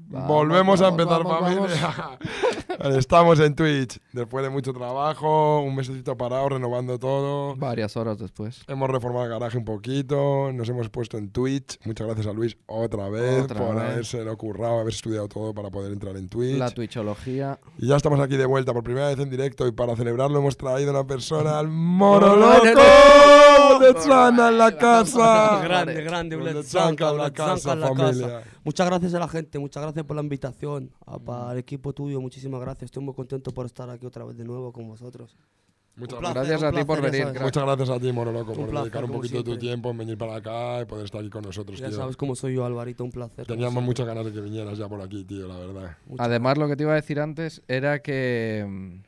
Vamos, Volvemos a vamos, empezar, vamos, familia. Estamos en Twitch. Después de mucho trabajo, un mesecito parado, renovando todo. Varias horas después. Hemos reformado el garaje un poquito, nos hemos puesto en Twitch. Muchas gracias a Luis otra vez Otra por vez. haberse lo currado, haber estudiado todo para poder entrar en Twitch. La Twitchología. Y ya estamos aquí de vuelta por primera vez en directo y para celebrarlo hemos traído una persona al Moro Moro Loco. Loco de Chana en la casa. Grande, grande, Los Black de Zanca, Chanca en la Black casa, Zanca en la familia. Muchas gracias a la gente, muchas gracias por la invitación, a- para el equipo tuyo, muchísimas gracias. Estoy muy contento por estar aquí otra vez de nuevo con vosotros. Muchas Un placer, gracias un a ti por placer, ya venir, sabes. crack. Muchas gracias a ti, Moro Loco, Un por placer, dedicar un como poquito de tu siempre. tiempo en venir para acá y poder estar aquí con nosotros, Ya tío. sabes cómo soy yo, Alvarito, un placer. como Teníamos siempre. muchas ganas de que vinieras ya por aquí, tío, la verdad. Muchas- Además, lo que te iba a decir antes era que. mm,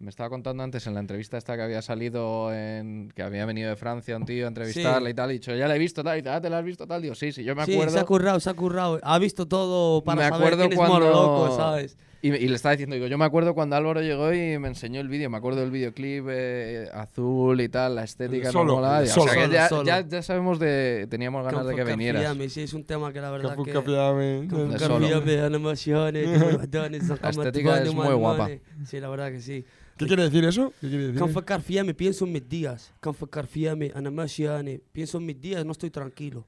Me estaba contando antes en la entrevista esta que había salido, en, que había venido de Francia un tío a entrevistarle y tal. Y dicho, ya la he visto, tal. Y dice, ah, te la has visto, tal. Digo, sí, sí, yo me Sí, acuerdo. se ha currado, se ha currado. Ha visto todo para Me saber acuerdo quién es cuando- Moro Loco, ¿sabes? Y, me- y le estaba diciendo, digo, yo me acuerdo cuando Álvaro llegó y me enseñó el vídeo, me acuerdo del videoclip eh, azul y tal, la estética Solo, no mola, y- o solo. sea que ya, Solo, solo. ya- ya sabemos de, teníamos ganas de que Confía vinieras. en mí, Sí, es un tema que la verdad Cafu, que... cafiame. Con De solo. cambiabe, animaciones, tiburones, estética es zacamatúbanes, muy guapa. manuales. Sí, la verdad que sí. ¿Qué quiere decir eso? ¿Qué quiere decir? كان فكر في يامي بينسوا من الدياس كان فكر في يامي انا ماشي يعني بينسوا من الدياس نو ستوي ترانكيلو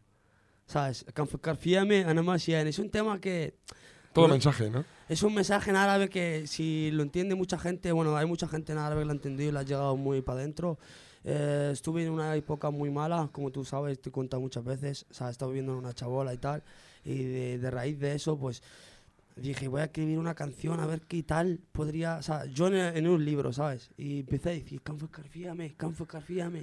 سايس كان فكر في يامي انا ماشي يعني es un tema que Todo mensaje, ¿no? es un mensaje en árabe que si lo entiende mucha gente bueno hay mucha gente en árabe que lo ha entendido y le ha llegado muy para adentro Eh, estuve en una época muy mala, como tú sabes, te he contado muchas veces, o sea, estaba viviendo en una chabola y tal, y de, de raíz de eso, pues dije, voy a escribir una canción a ver qué tal podría, o sea, yo en, en un libro, ¿sabes? Y empecé a decir, Canfo Escarfíame, Canfo Escarfíame,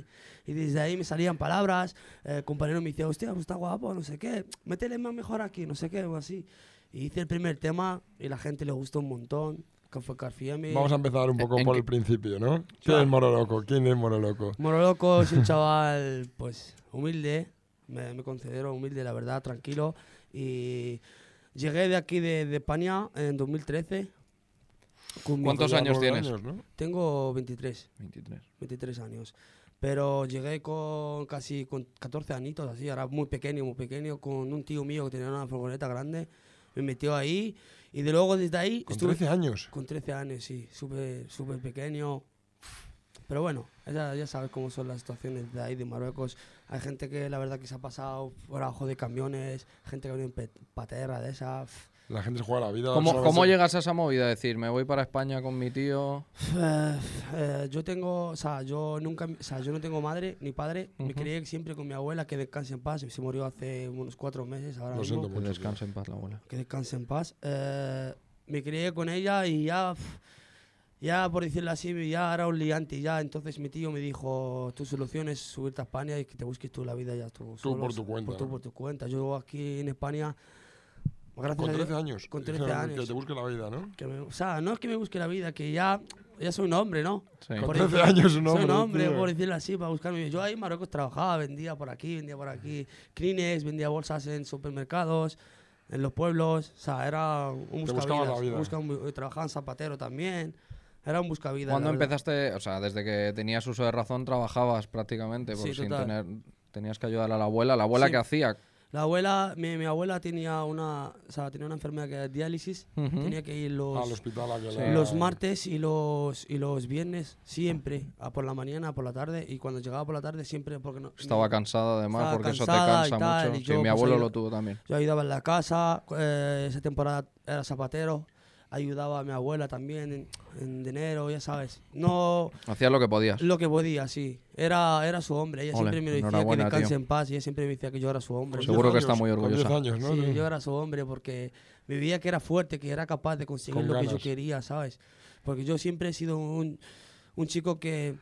y desde ahí me salían palabras, eh, compañero me decía, hostia, pues está guapo, no sé qué, métele más mejor aquí, no sé qué, o así. Y hice el primer tema y la gente le gustó un montón, Canfo Escarfíame. Vamos a empezar un poco ¿En por qué- el principio, ¿no? ¿Quién Claro. es Moro Loco? ¿Quién es Moro Loco? Moro Loco es un chaval, pues, humilde. Me, me considero humilde, la verdad, tranquilo. Y llegué de aquí, de, de España, en 2013. con mi- ¿Cuántos Ya años nueve tienes? ¿no? Tengo 23, 23. 23 años. Pero llegué con casi con 14 añitos, así, era muy pequeño, muy pequeño, con un tío mío que tenía una furgoneta grande. Me metió ahí y de luego desde ahí Con estuve- 13 años. con 13 años, sí, súper súper pequeño. Pero bueno, ya, ya sabes cómo son las situaciones de ahí, de Marruecos. Hay gente que la verdad que se ha pasado por abajo de camiones, gente que ha venido en pe- paterra de esa. pf. La gente se juega la vida. ¿Cómo, ¿sabes? cómo llegas a esa movida? Decir, me voy para España con mi tío. Eh, eh, yo tengo, o sea, yo nunca, o sea, yo no tengo madre ni padre. Me Ujú. crié siempre con mi abuela, que descanse en paz. Se murió hace unos cuatro meses ahora Lo mismo. siento Que mucho. tío. uh, descanse en paz la abuela. que descanse en paz. Eh, me crié con ella y ya, pf, ya por decirlo así, ya era un liante. Ya entonces mi tío me dijo, tu solución es subirte a España y que te busques tú la vida ya tú, solo, por tu cuenta, Tú ¿no? por tu cuenta. Yo aquí en España, gracias Con a Dios- 13 años. Con 13 Que años. te busque la vida, ¿no? que me- o sea, no es que me busque la vida, que ya, ya soy un hombre, ¿no? Sí. Con Por 13 decir- años un soy hombre. un hombre, tío. por decirlo así, para buscarme. Yo ahí en Marruecos trabajaba, vendía por aquí, vendía por aquí. Crines, vendía bolsas en supermercados, en los pueblos. O sea, era un Te buscabas buscavidas. la vida. busca- un- eh, trabajaba en zapatero también. Era un buscavidas. ¿Cuándo la verdad. empezaste? O sea, desde que tenías uso de razón trabajabas prácticamente, Sí, porque sin total. tener, tenías que ayudar a la abuela. ¿La abuela Sí. que hacía? La abuela, mi, mi abuela tenía una, o sea, tenía una enfermedad que era diálisis. Ujú. Tenía que ir Al hospital a que la- Los martes y los, y los viernes, siempre, a por la mañana, a por la tarde, y cuando llegaba por la tarde, siempre, porque no, Estaba cansada además, Estaba porque eso te cansada y cansa tal, mucho. y Sí, yo, mi pues, abuelo ayuda- lo tuvo también. Yo ayudaba en la casa, eh, esa temporada era zapatero, ayudaba a mi abuela también en, en dinero, ya sabes. No Hacías lo que podías. lo que podía, sí. Era, era su hombre, ella Ole, siempre me lo decía que enhorabuena, descanse tío. en paz, ella siempre me decía que yo era su hombre. Con Seguro que 10 está muy años, orgullosa. Con 10 años, Pues ¿no? Sí, Sí. yo era su hombre porque me veía que era fuerte, que era capaz de conseguir Con lo que ganas. yo quería, ¿sabes? Porque yo siempre he sido un, un chico que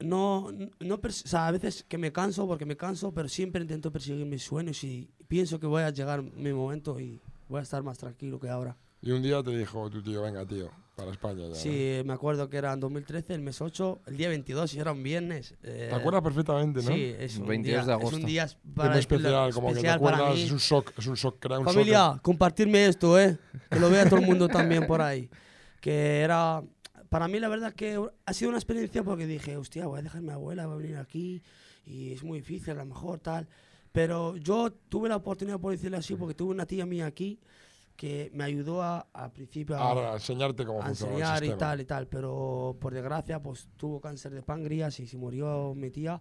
no, no, pers- o sea, a veces que me canso porque me canso, pero siempre intento perseguir mis sueños y pienso que voy a llegar mi momento y voy a estar más tranquilo que ahora. Y un día te dijo tu tío, venga, tío, para España ya. ¿no? Sí, me acuerdo que era en 2013, el mes 8, el día 22, y era un viernes. eh, Te acuerdas perfectamente, ¿no? Sí, es un 22 día, de Es agosto. un día Es para muy especial, como que te especial para acuerdas, mí. es un shock, es un shock, crea un shock. Familia, compartirme esto, ¿eh? Que lo vea todo el mundo también por ahí. Que era... Para mí, la verdad, que ha sido una experiencia porque dije, hostia, voy a dejar a mi abuela, va a venir aquí y es muy difícil, a lo mejor, tal. Pero yo tuve la oportunidad, por decirlo así, porque tuve una tía mía aquí que me ayudó a, al principio a, A enseñarte cómo a funciona el enseñar y sistema. tal y tal, pero por desgracia pues tuvo cáncer de páncreas y se murió mi tía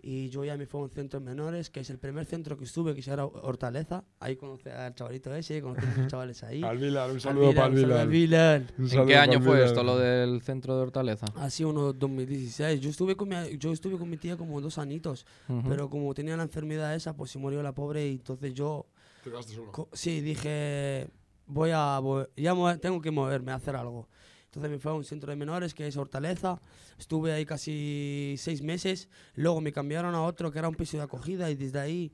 y yo ya me fui a un centro de menores, que es el primer centro que estuve, que se llama Hortaleza, ahí conocí al chavalito ese, conocí a muchos chavales ahí. Al Al Vilar, un saludo Vilar, para el un saludo Vilar. al Vilar. Un ¿En saludo qué para año el fue Vilar. esto, lo del centro de Hortaleza? Ha sido unos 2016. Yo estuve con mi, yo estuve con mi tía como dos anitos, Ujú. pero como tenía la enfermedad esa, pues se murió la pobre y entonces yo Te quedaste solo. Co- Sí, dije, voy a, voy- ya mo- tengo que moverme, a hacer algo. Entonces me fui a un centro de menores que es Hortaleza, estuve ahí casi seis meses, luego me cambiaron a otro que era un piso de acogida y desde ahí,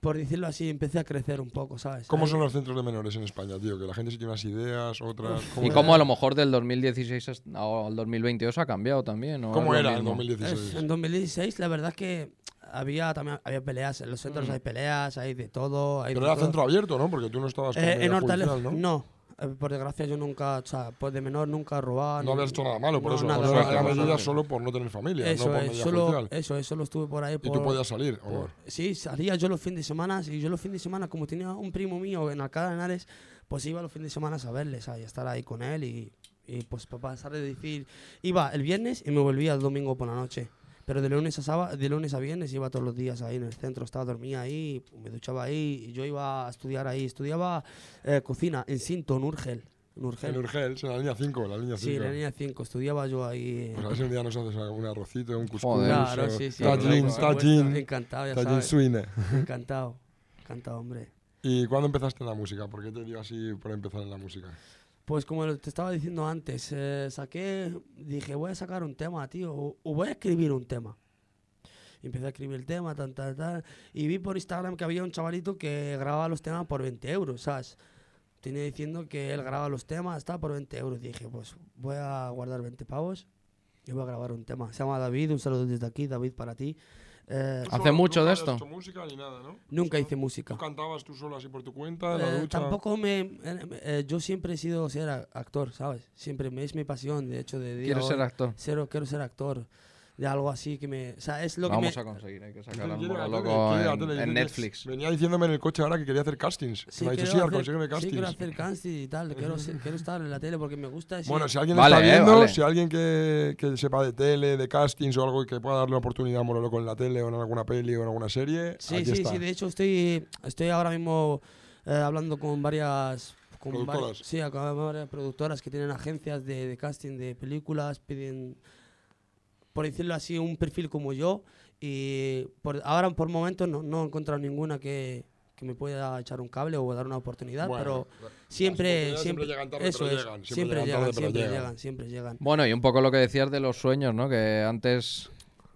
por decirlo así, empecé a crecer un poco, ¿sabes? ¿Cómo Ahí- son los centros de menores en España, tío? Que la gente sí tiene unas ideas, otras. Pues Y cómo a lo mejor del 2016 hasta- o al 2022 ha cambiado también. ¿o ¿Cómo es lo era en mismo? 2016? Es- en 2016 la verdad es que había también había peleas, en los centros Mm. hay peleas, hay de todo. Hay Pero de era todo. centro abierto, ¿no? Porque tú no estabas con Eh, medida en Hortaleza, judicial, ¿no? no. Eh, Por desgracia yo nunca, o sea, pues de menor nunca robaba. No habías hecho nada malo, por No, eso. nada, Era- nada, era nada, medida nada. solo por no tener familia, Eso no por es, medida solo, judicial. eso, eso lo estuve por ahí. Por, Y tú podías salir. o- por- sí, salía yo los fines de semana y yo los fines de semana, como tenía un primo mío en Alcalá de Henares, pues iba los fines de semana a verles, ¿sabes? a estar ahí con él y, y pues para pasar de decir, iba el viernes y me volvía el domingo por la noche. Pero de lunes a sábado, de lunes a viernes iba todos los días ahí en el centro, estaba dormía ahí, me duchaba ahí, y yo iba a estudiar ahí, estudiaba eh, cocina en Cinto, en Urgel. En Urgel. En Urgel, en la línea 5, en la línea 5. sí, en la línea 5, estudiaba yo ahí. Pues a ver si un día nos haces un arrocito, un cuscús. Joder. Claro, o- sí, sí. por Tajín, supuesto, tajín, Encantado, ya tajín sabes. suine. Encantado. Encantado, hombre. ¿Y cuándo empezaste en la música? ¿Por qué te dio así por empezar en la música? Pues como te estaba diciendo antes, eh, saqué, dije, voy a sacar un tema, tío, o, o voy a escribir un tema. Y empecé a escribir el tema, tal, tal, tal. Y vi por Instagram que había un chavalito que grababa los temas por 20 euros, ¿sabes? Tenía diciendo que él grababa los temas, estaba por 20 euros. Dije, pues voy a guardar 20 pavos y voy a grabar un tema. Se llama David, un saludo desde aquí, David, para ti. Eh, ¿Hace mucho de esto? música ni nada, ¿no? nunca Solo- hice música. ¿Tú cantabas tú solo así por tu cuenta, en Eh, la ducha? tampoco me. eh, eh, yo siempre he sido ser a- actor, ¿sabes? Siempre me, es mi pasión, de hecho, de día ¿Quieres a ser hoy, actor? cero- quiero ser actor. De algo así que me. O sea, es lo Vamos que. a me, conseguir, hay que sacar al Quiere la moro tele, loco quiere la en, tele, en dice- Netflix. Venía diciéndome en el coche ahora que quería hacer castings. sí, me ha dicho, quiero sí, Arco, hacer- consígueme sí, castings. quiero hacer castings y tal. Quiero, ser- quiero estar en la tele porque me gusta. ese- Bueno, si alguien Vale, está eh, viendo, vale. si alguien que, que sepa de tele, de castings o algo y que pueda darle una oportunidad a Moro Loco en la tele o en alguna peli o en alguna serie, Sí, aquí sí, está. sí. De hecho, estoy, estoy ahora mismo eh, hablando con varias. Con vari- Productoras. sí, con varias productoras que tienen agencias de, de casting de películas, piden, por decirlo así, un perfil como yo. Y por, ahora, por momentos, no, no he encontrado ninguna que, que me pueda echar un cable o dar una oportunidad, Bueno, pero las siempre, oportunidades siempre, llegan tarde, eso pero es, llegan, siempre llegan, tarde, pero siempre llegan, siempre llegan. Bueno, y un poco lo que decías de los sueños, ¿no? Que antes,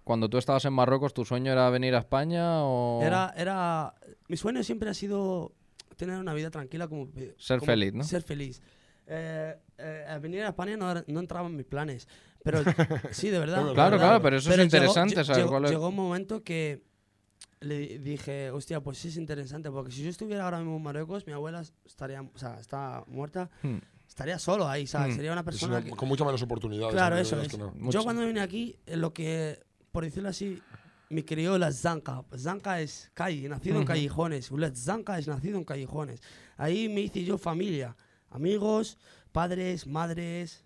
cuando tú estabas en Marruecos, ¿tu sueño era venir a España o Era, era, mi sueño siempre ha sido tener una vida tranquila como... eh, Ser como- feliz, ¿no? Ser feliz. Eh, eh, al venir a España no, era- no entraba en mis planes, pero sí, de verdad. de Claro, verdad. claro, pero eso es llegó- interesante, lle- saber llegó- cuál es- Llegó un momento que le dije, hostia, pues sí es interesante, porque si yo estuviera ahora mismo en Marruecos, mi abuela estaría, o sea, está muerta, Hmm. estaría solo ahí, ¿sabes? Hmm. Sería una Es persona una- que... Con muchas menos oportunidades. Claro, aunque eso digas es. que no. Mucho. Yo cuando vine aquí, eh, lo que, por decirlo así, me crió la zanca. Zanca es calle, nacido en callejones. La zanca es nacido en callejones. Ahí me hice yo familia, amigos, padres, madres,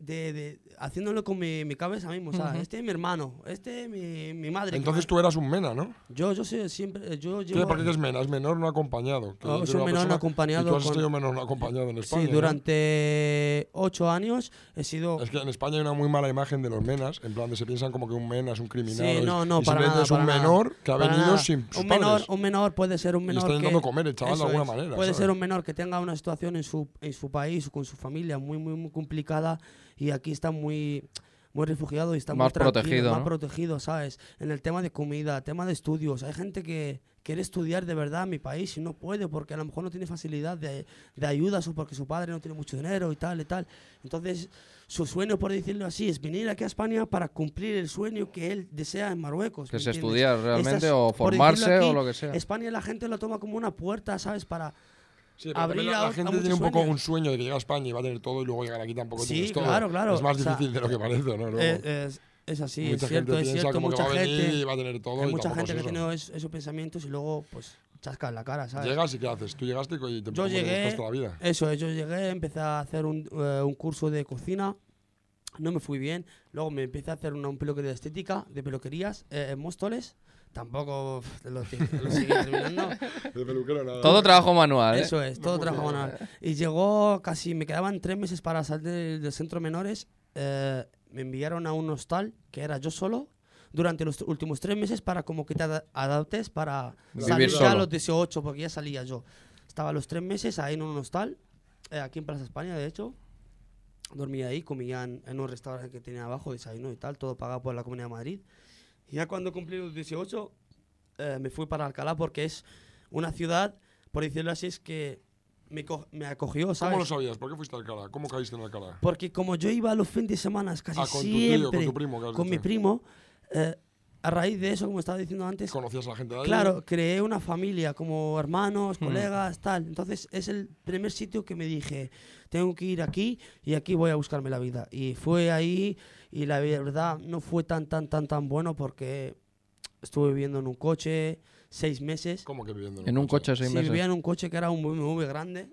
de, de- haciéndolo con mi, mi cabeza mismo. O sea, este es mi hermano, este es mi, mi madre. que Entonces tú eras un mena, ¿no? me- Yo, yo soy siempre... eh, Yo ¿Qué, llevo, ¿Por qué es mena? Es menor no acompañado. que Ah, yo es creo un una menor no persona- acompañado Y tú has con- sido menor no acompañado en España. sí, ¿no? durante ocho años he sido... Es que en España hay una muy mala imagen de los menas, en plan de se piensan como que un mena es un criminal. Sí, o es- no, no, y para simplemente nada. es un para nada. menor que ha Para venido nada. sin sus un padres. menor, un menor puede ser un y menor está que intentando comer el chaval de Eso alguna es. manera. Puede ¿sabes? ser un menor que tenga una situación en su en su país o con su familia muy muy muy complicada y aquí está muy muy refugiado y está muy Más tranquilo, protegido, más ¿no? protegido, ¿sabes? En el tema de comida, tema de estudios, hay gente que quiere estudiar de verdad en mi país y no puede porque a lo mejor no tiene facilidad de, de ayudas o porque su padre no tiene mucho dinero y tal y tal. Entonces, su sueño, por decirlo así, es venir aquí a España para cumplir el sueño que él desea en Marruecos. que ¿me se entiendes? estudia realmente Estas- o por decirlo formarse o aquí, lo que sea? España la gente lo toma como una puerta, ¿sabes? Para... Sí, pero también abrir la, a la ot- a gente muchos tiene un poco sueños. un sueño de que llega a España y va a tener todo y luego llegar aquí tampoco Sí, tienes todo. claro, claro. Es más O sea, difícil de lo que parece, ¿no? Luego, Es, es- es así, mucha es cierto, gente es piensa cierto, como mucha que va a venir y gente... va a tener todo Hay y mucha tampoco gente es que ha eso. tenido es- esos pensamientos y luego, pues, chasca en la cara, ¿sabes? Llegas y ¿qué haces? Tú llegaste y te Yo empezaste a llegué- molestar toda la vida. Eso, es, yo llegué, empecé a hacer un, eh, un curso de cocina, no me fui bien, luego me empecé a hacer una, un peluquería de estética, de peluquerías, eh, en Móstoles, tampoco uf, lo, te- lo seguí terminando. De peluquero nada. Todo trabajo manual, ¿eh? Eso es, todo trabajo manual. Y llegó casi, me quedaban tres meses para salir del, del centro menores. eh, me enviaron a un hostal que era yo solo durante los últimos tres meses para como que te ada- adaptes para Vivir salir ya a solo. los 18, porque ya salía yo. Estaba los tres meses ahí en un hostal, eh, aquí en Plaza España, de hecho. Dormía ahí, comía en, en un restaurante que tenía abajo, desayuno y tal, todo pagado por la Comunidad de Madrid. Y ya cuando cumplí los 18, eh, me fui para Alcalá porque es una ciudad, por decirlo así, es que me, co- me acogió, ¿sabes? ¿Cómo lo sabías? ¿Por qué fuiste a Alcalá? ¿Cómo caíste en Alcalá? Porque como yo iba los fines de semana casi Ah, con tu siempre tío, con tu primo. que has con mi dicho. primo, eh, a raíz de eso, como estaba diciendo antes, ¿Conocías a la gente de ahí? Pues, claro, creé una familia como hermanos, colegas, tal. Entonces es el primer sitio que me dije, tengo que ir aquí y aquí voy a buscarme la vida. Y fue ahí y la verdad no fue tan, tan, tan, tan bueno porque estuve viviendo en un coche seis meses. ¿Cómo que viviendo En un coche seis Sí, meses. vivía en un coche que era un BMW grande.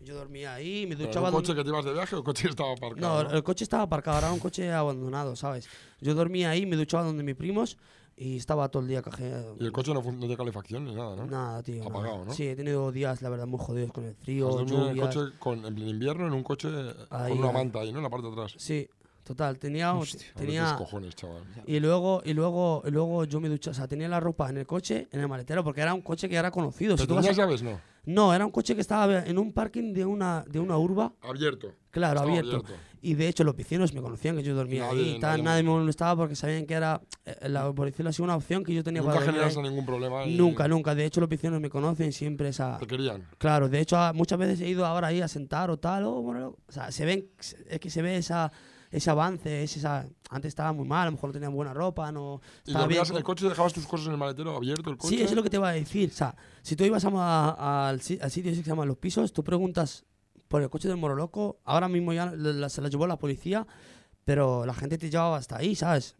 Yo dormía ahí, me ¿Pero duchaba. ¿Un coche dorm- que te ibas de viaje o el coche estaba No, aparcado? el coche estaba aparcado, era un coche abandonado, ¿sabes? Yo dormía ahí, me duchaba donde mis primos y estaba todo el día caje. Y el coche no, fun- no tiene calefacción ni nada, ¿no? Nada, tío. nada. Apagado, ¿no? Sí, he tenido días, la verdad, muy jodidos con el Has frío, dormido en el lluvias. coche con, en pleno invierno en un coche Ahí, con una ahí. manta ahí, ¿no? En la parte de atrás. Sí, total, tenía. Hombre, tenía tus cojones, chaval. Y luego, y luego, y luego yo me duchaba, o sea, tenía la ropa en el coche, en el maletero, porque era un coche que era conocido. Si ¿Pero tú vas a- tenías llaves? No. No, era un coche que estaba en un parking de una, de una urba, Abierto. claro, Estaba abierto. Y de hecho los vecinos me conocían que yo dormía Nadie- ahí y tal, nadie- nadie me molestaba porque sabían que era, eh, la, por decirlo así, una opción que yo tenía Nunca para dormir. generaste ahí. ningún problema. y- ¿eh? Nunca, nunca. De hecho los vecinos me conocen siempre esa... Te querían. Claro, de hecho a- muchas veces he ido ahora ahí a sentar o tal, o bueno, o sea, se ven, es que se ve esa, ese avance, es esa... Antes estaba muy mal, a lo mejor no tenía buena ropa, no... Y estaba bien dormías en co- el coche y dejabas tus cosas en el maletero abierto, el coche. Sí, eso es lo que te iba a decir. O sea, si tú ibas a, a- al, si- al sitio ese que se llama Los Pisos, tú preguntas por el coche del Moroloco. Ahora mismo ya la- la- se la llevó la policía, pero la gente te llevaba hasta ahí, ¿sabes?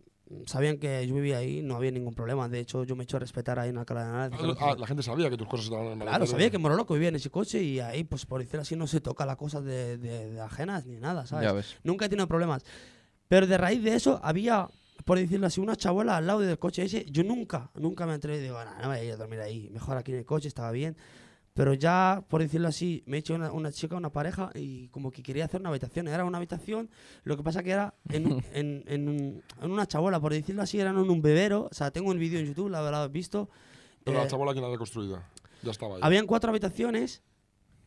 Sabían que yo vivía ahí, no había ningún problema. De hecho, yo me he hecho respetar ahí en Alcalá de Henares. Ah, ah, la gente sabía que tus cosas estaban en el maletero. Claro, sabía que Moroloco vivía en ese coche y ahí, pues por decir así, no se toca la cosa de, de- de ajenas ni nada, ¿sabes? Ya ves. Nunca he tenido problemas. Pero de raíz de eso había, por decirlo así, una chabola al lado del coche ese. Yo nunca, nunca me atreví. Digo, "Nah, no voy a ir a dormir ahí. Mejor aquí en el coche, estaba bien. Pero ya, por decirlo así, me he hecho una, una chica, una pareja, y como que quería hacer una habitación. Era una habitación, lo que pasa que era en, un- en, en un- en una chabola, por decirlo así, era en un bebero. O sea, tengo el vídeo en YouTube, la verdad, visto. Pero la Eh, chabola que la había construido. Ya estaba ahí. habían cuatro habitaciones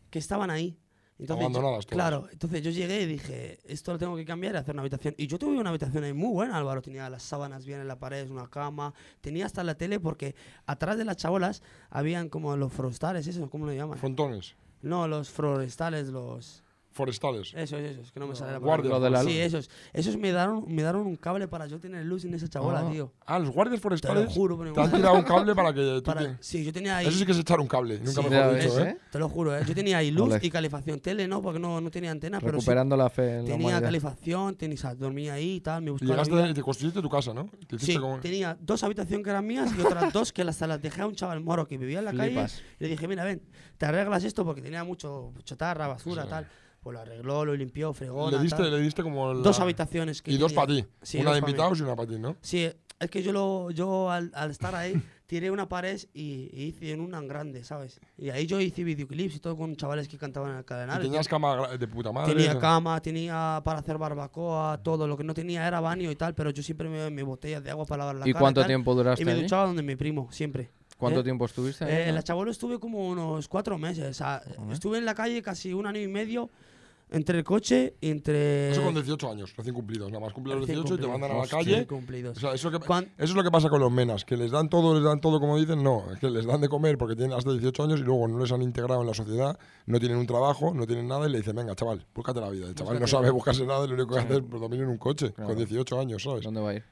que estaban ahí. Entonces, Abandonadas yo- todas. Claro, entonces yo llegué y dije, esto lo tengo que cambiar y hacer una habitación. Y yo tuve una habitación ahí muy buena, Álvaro. Tenía las sábanas bien en la pared, una cama, tenía hasta la tele porque atrás de las chabolas habían como los forestales, eso, ¿cómo lo llaman? Frontones. No, los forestales, los... Forestales. Esos, esos, que no me sale la guardias. palabra. Lo de la Sí, luz. esos. Esos me daron, me daron un cable para yo tener luz en esa chabola, Ah. tío. Ah, los guardias Te lo forestales. juro, pero Te han tirado un cable para que. tú para- te- Sí, yo tenía ahí... Eso sí que es echar un cable. Nunca Sí, me ya mejor ves, dicho, ¿eh? ¿eh? Te lo juro, ¿eh? yo tenía ahí luz Ole. y calefacción. Tele no, porque no, no tenía antena, pero sí Recuperando la fe en la tenía humanidad. calefacción, tenía, o sea, dormía ahí y tal, me Y buscaba. la vida. llegaste y te construiste tu casa, ¿no? Te hiciste Sí, como- tenía dos habitaciones que eran mías y otras dos que las, las dejé a un chaval moro que vivía en la Flipas. calle. Le dije, mira, ven, te arreglas esto porque tenía mucho chatarra, basura, Sí. tal. Pues lo arregló, lo limpió, fregó. Le diste, le diste como. la- Dos habitaciones que Y dos tenía. para ti. Sí, una dos de pa' mí. invitados y una para ti, ¿no? Sí, es que yo, lo, yo al, al estar ahí tiré una pared y, y hice en una grande, ¿sabes? Y ahí yo hice videoclips y todo con chavales que cantaban en el Y canal. tenías cama gra- de puta madre. Tenía ¿no? cama, tenía para hacer barbacoa, todo. Lo que no tenía era baño y tal, pero yo siempre me, me botellas de agua para lavar la ¿Y cara cuánto tal, tiempo Y duraste me allí? duchaba donde mi primo, siempre. ¿Cuánto ¿Eh? tiempo estuviste? ahí? Eh, en la Chabolo estuve como unos cuatro meses. o sea, estuve en la calle casi un año y medio entre el coche y entre... Eso con 18 años, recién cumplidos. Nada más cumplir los recién 18 y te cumplidos. mandan a la Hostia. calle. Recién cumplidos. O sea, eso, que- Cuan- eso es lo que pasa con los menas, que les dan todo, les dan todo como dicen, no, es que les dan de comer porque tienen hasta 18 años y luego no les han integrado en la sociedad, no tienen un trabajo, no tienen nada y le dicen, venga, chaval, búscate la vida. El chaval no sabe buscarse nada y lo único que hace pues, es dormir en un coche con 18 años, ¿sabes? ¿Dónde va a ir?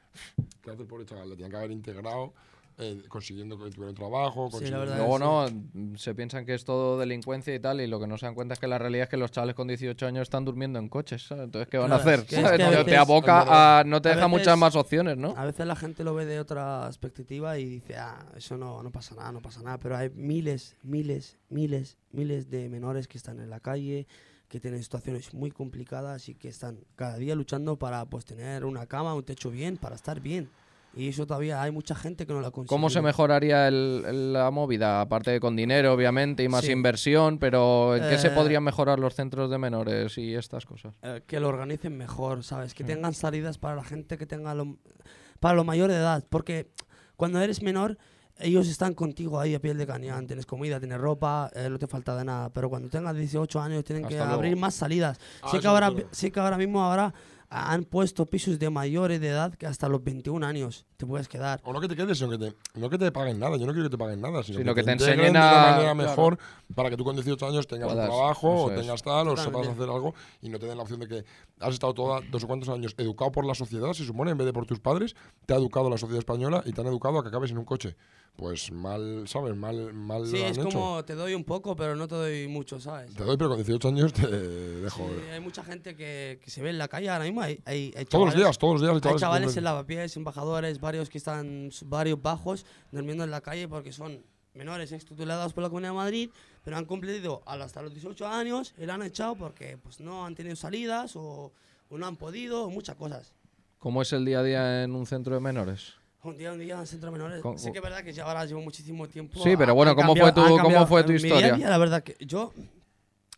¿Qué hace el pobre chaval? Le tienen que haber integrado eh, consiguiendo que tuviera un trabajo. Sí, la consiguiendo- verdad. Luego sí. no, mm, se piensan que es todo delincuencia y tal, y lo que no se dan cuenta es que la realidad es que los chavales con 18 años están durmiendo en coches, ¿sabes? Entonces, ¿qué van a Claro, hacer? es que- es ¿Sabes? que a Te- te veces- aboca a... No te a deja veces- muchas más opciones, ¿no? A veces la gente lo ve de otra expectativa y dice, ah, eso no, no pasa nada, no pasa nada. Pero hay miles, miles, miles, miles de menores que están en la calle, que tienen situaciones muy complicadas y que están cada día luchando para pues, tener una cama, un techo bien, para estar bien. Y eso todavía hay mucha gente que no la consigue. ¿Cómo se mejoraría el- el- la movida? Aparte de con dinero, obviamente, y más Sí. inversión, pero ¿en qué se Eh, podrían mejorar los centros de menores y estas cosas? eh, que lo organicen mejor, ¿sabes? Que tengan salidas para la gente que tenga lo, para lo mayor de edad, porque cuando eres menor ellos están contigo ahí a piel de cañón, tienes comida, tienes ropa, eh, no te falta de nada, pero cuando tengas 18 años tienen que Hasta luego. abrir más salidas. Ah, sé, eso que ahora, no creo. sé que ahora mismo ahora han puesto pisos de mayores de edad que hasta los 21 años te puedes quedar. O no que te quedes, sino que te, no que te paguen nada. Yo no quiero que te paguen nada, sino, Sino que te integren enseñen de una a- manera claro. mejor para que tú con 18 años tengas Puedas, un trabajo o eso es. tengas tal o sepas Totalmente. hacer algo y no te den la opción de que has estado toda dos o cuantos años educado por la sociedad, se supone, en vez de por tus padres, te ha educado la sociedad española y te han educado a que acabes en un coche. Pues mal, ¿sabes? Mal, mal Sí, lo han es hecho. como te doy un poco, pero no te doy mucho, ¿sabes? Te doy, pero con 18 años te dejo. Sí, hay mucha gente que, que se ve en la calle ahora mismo. Hay, hay- hay todos los chavales- días, todos los días. Hay chavales que- en lavapiés, embajadores, varios que están, varios bajos, durmiendo en la calle porque son menores extutelados por la Comunidad de Madrid, pero han cumplido al- hasta los 18 años y la han echado porque pues, no han tenido salidas o, o no han podido, o muchas cosas. ¿Cómo es el día a día en un centro de menores? Un día, un día en el centro de menores. Con- sé que es verdad que ya ahora llevo muchísimo tiempo. Sí, pero Ha- bueno, han ¿cómo fue cambiado- tu- han cómo cambiado- fue tu en mi día a historia? día, la verdad que yo,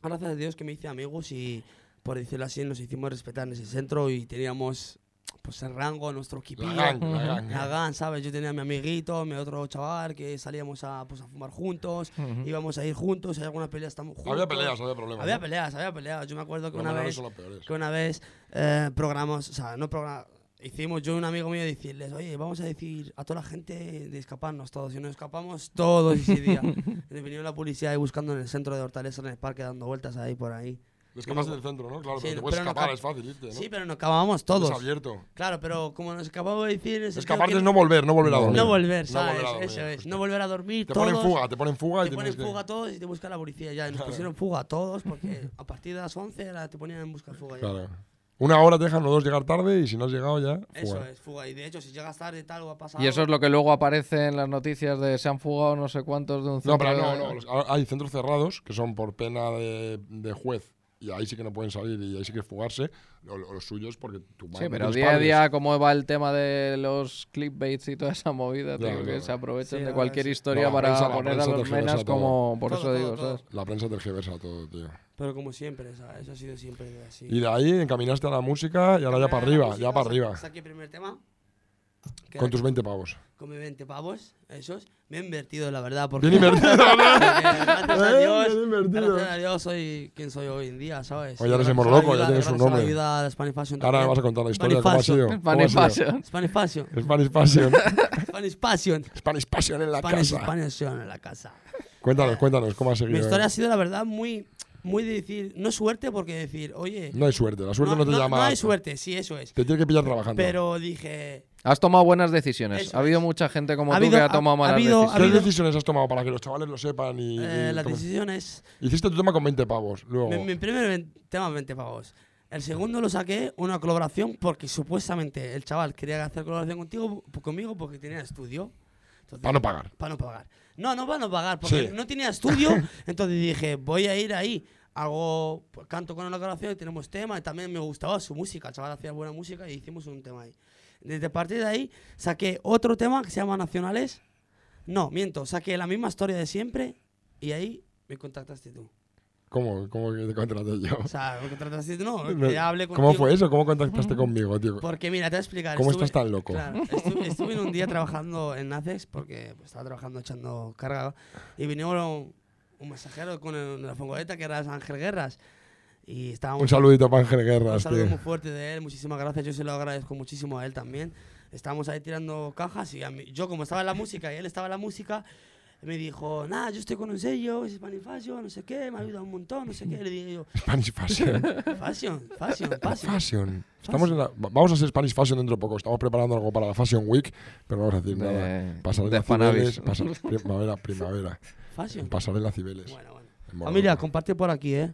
gracias a Dios que me hice amigos y, por decirlo así, nos hicimos respetar en ese centro y teníamos pues el rango, nuestro equipo. La gang, la gang. eh. Nagán, ¿sabes? Yo tenía a mi amiguito, mi otro chaval, que salíamos a, pues, a fumar juntos, íbamos a ir juntos, hay alguna pelea, estamos juntos. Había peleas, había problemas. Había ¿no? peleas, había peleas. Yo me acuerdo que Los una menores vez, son los peores. que una vez eh, programamos, o sea, no programamos, hicimos yo y un amigo mío decirles, oye, vamos a decir a toda la gente de escaparnos todos. Si nos escapamos todos ese día. Y vinieron la policía ahí buscando en el centro de Hortaleza, en el parque, dando vueltas ahí por ahí. Es que más en el centro, ¿no? Claro, Sí, pero te no, puedes pero no escapar, ca- es fácil irte, ¿no? Sí, pero nos acabamos Es todos. abierto. Claro, pero como nos escapamos de decir... en el sentido Escaparte que es no volver, no volver a dormir. No volver, No volver ¿sabes? a dormir, Eso es. justo. No volver a dormir. Te ponen todos, fuga, te ponen fuga y Te tienes ponen que... fuga a todos y te busca la policía. Ya, y nos pusieron fuga a todos porque a partir de las 11 era- te ponían en busca fuga. ya. Claro. Una hora te dejan, o dos llegar tarde y si no has llegado ya, Eso fuga. es, fuga. Y de hecho, si llegas tarde y tal o ha pasado. Y eso es algo, lo que luego aparece en las noticias de se han fugado no sé cuántos de un centro No, pero no, de- no. los- ahora hay centros cerrados que son por pena de, de juez y ahí sí que no pueden salir y ahí sí que fugarse. O, o los suyos porque tu Sí, madre, pero tus día a padres- día, cómo va el tema de los clickbaits y toda esa movida, Ya, tío, que claro. se aprovechan Sí, de ahora cualquier sí. historia No, la para prensa- la poner a prensa los tergiversa menas todo. como. Por Todo, eso todo, digo, todo. ¿sabes? La prensa tergiversa todo, tío. Pero como siempre, ¿sabes? Eso ha sido siempre así. pues, Y de ahí encaminaste a la música y ahora ya para arriba, ya para arriba. Saqué el primer tema. que Con era tus 20 pavos. Con mis 20 pavos, esos. Me he invertido, la verdad. Porque Bien invertido, Porque, ¿no? gracias a Eh, Dios, bien invertido. gracias a Dios soy quien soy hoy en día, ¿sabes? Hoy ya eres el Gracias a la Morloco, ya ayuda- tienes un gracias a la nombre. ayuda de Spanish Fashion Ahora me también. vas a contar la historia, cómo ha Spanish sido. Fashion, ¿Cómo ha sido? Fashion. Spanish Fashion. Spanish Passion. Spanish Passion. Spanish Passion en la Spanish, casa. Spanish Fashion en la casa. Cuéntanos, cuéntanos, ¿cómo ha seguido? Mi historia ha sido, la verdad, muy, muy de decir, no suerte, porque decir, oye, No hay suerte, la suerte no, te llama. no hay suerte, sí, eso es. Te tiene que pillar trabajando. Pero dije, Has tomado buenas decisiones. Eso ha habido mucha gente como Ha tú que habido- ha tomado ha- ha malas ¿Qué habido- decisiones. habido- decisiones has tomado para que los chavales lo sepan? Y, y eh, la cómo- decisión es, Hiciste tu tema con 20 pavos, luego. mi, mi primer ven- tema 20 pavos. El segundo lo saqué una colaboración porque supuestamente el chaval quería hacer colaboración contigo, conmigo porque tenía estudio. Entonces, Para no pagar. Para no pagar. No, no para no pagar, porque Sí. no tenía estudio. entonces dije, voy a ir ahí. Hago, pues, canto con una canción, tenemos tema. Y también me gustaba su música. El chaval hacía buena música y hicimos un tema ahí. Desde a partir de ahí saqué otro tema que se llama Nacionales. No, miento, saqué la misma historia de siempre y ahí me contactaste tú. ¿Cómo, cómo que te contraté yo? O sea, me contactaste tú, no, No, que ya hablé contigo. Mm. Pues, ¿Cómo fue eso? ¿Cómo contactaste conmigo, tío? Porque mira, te voy a explicar. ¿Cómo estuve- estás tan loco? Claro, estuve, estuve en un día trabajando en Nacex porque pues, estaba trabajando echando carga y vinieron un, un mensajero con el- la fongoleta que era Ángel Guerras y estábamos Un saludito para Ángel este, un Guerras, saludo muy tío. fuerte de él, muchísimas gracias, yo se lo agradezco muchísimo a él también. Estábamos ahí tirando cajas y a mí- yo como estaba en la música y él estaba en la música, me dijo, nada, yo estoy con un sello, es Fashion, no sé qué, me ha ayudado un montón, no sé qué. Le dije yo, Spanish Fashion. Fashion, Fashion, Fashion. Fashion. Estamos en la- va- vamos a hacer Spanish Fashion dentro de poco. Estamos preparando algo para la Fashion Week, pero no vamos a decir De- nada. Pasarela de Fanabis. Cibeles, pasa- primavera, primavera. Fashion. Pasarela Cibeles. Bueno, Ah, bueno. En Morón. Familia, comparte por aquí, ¿eh?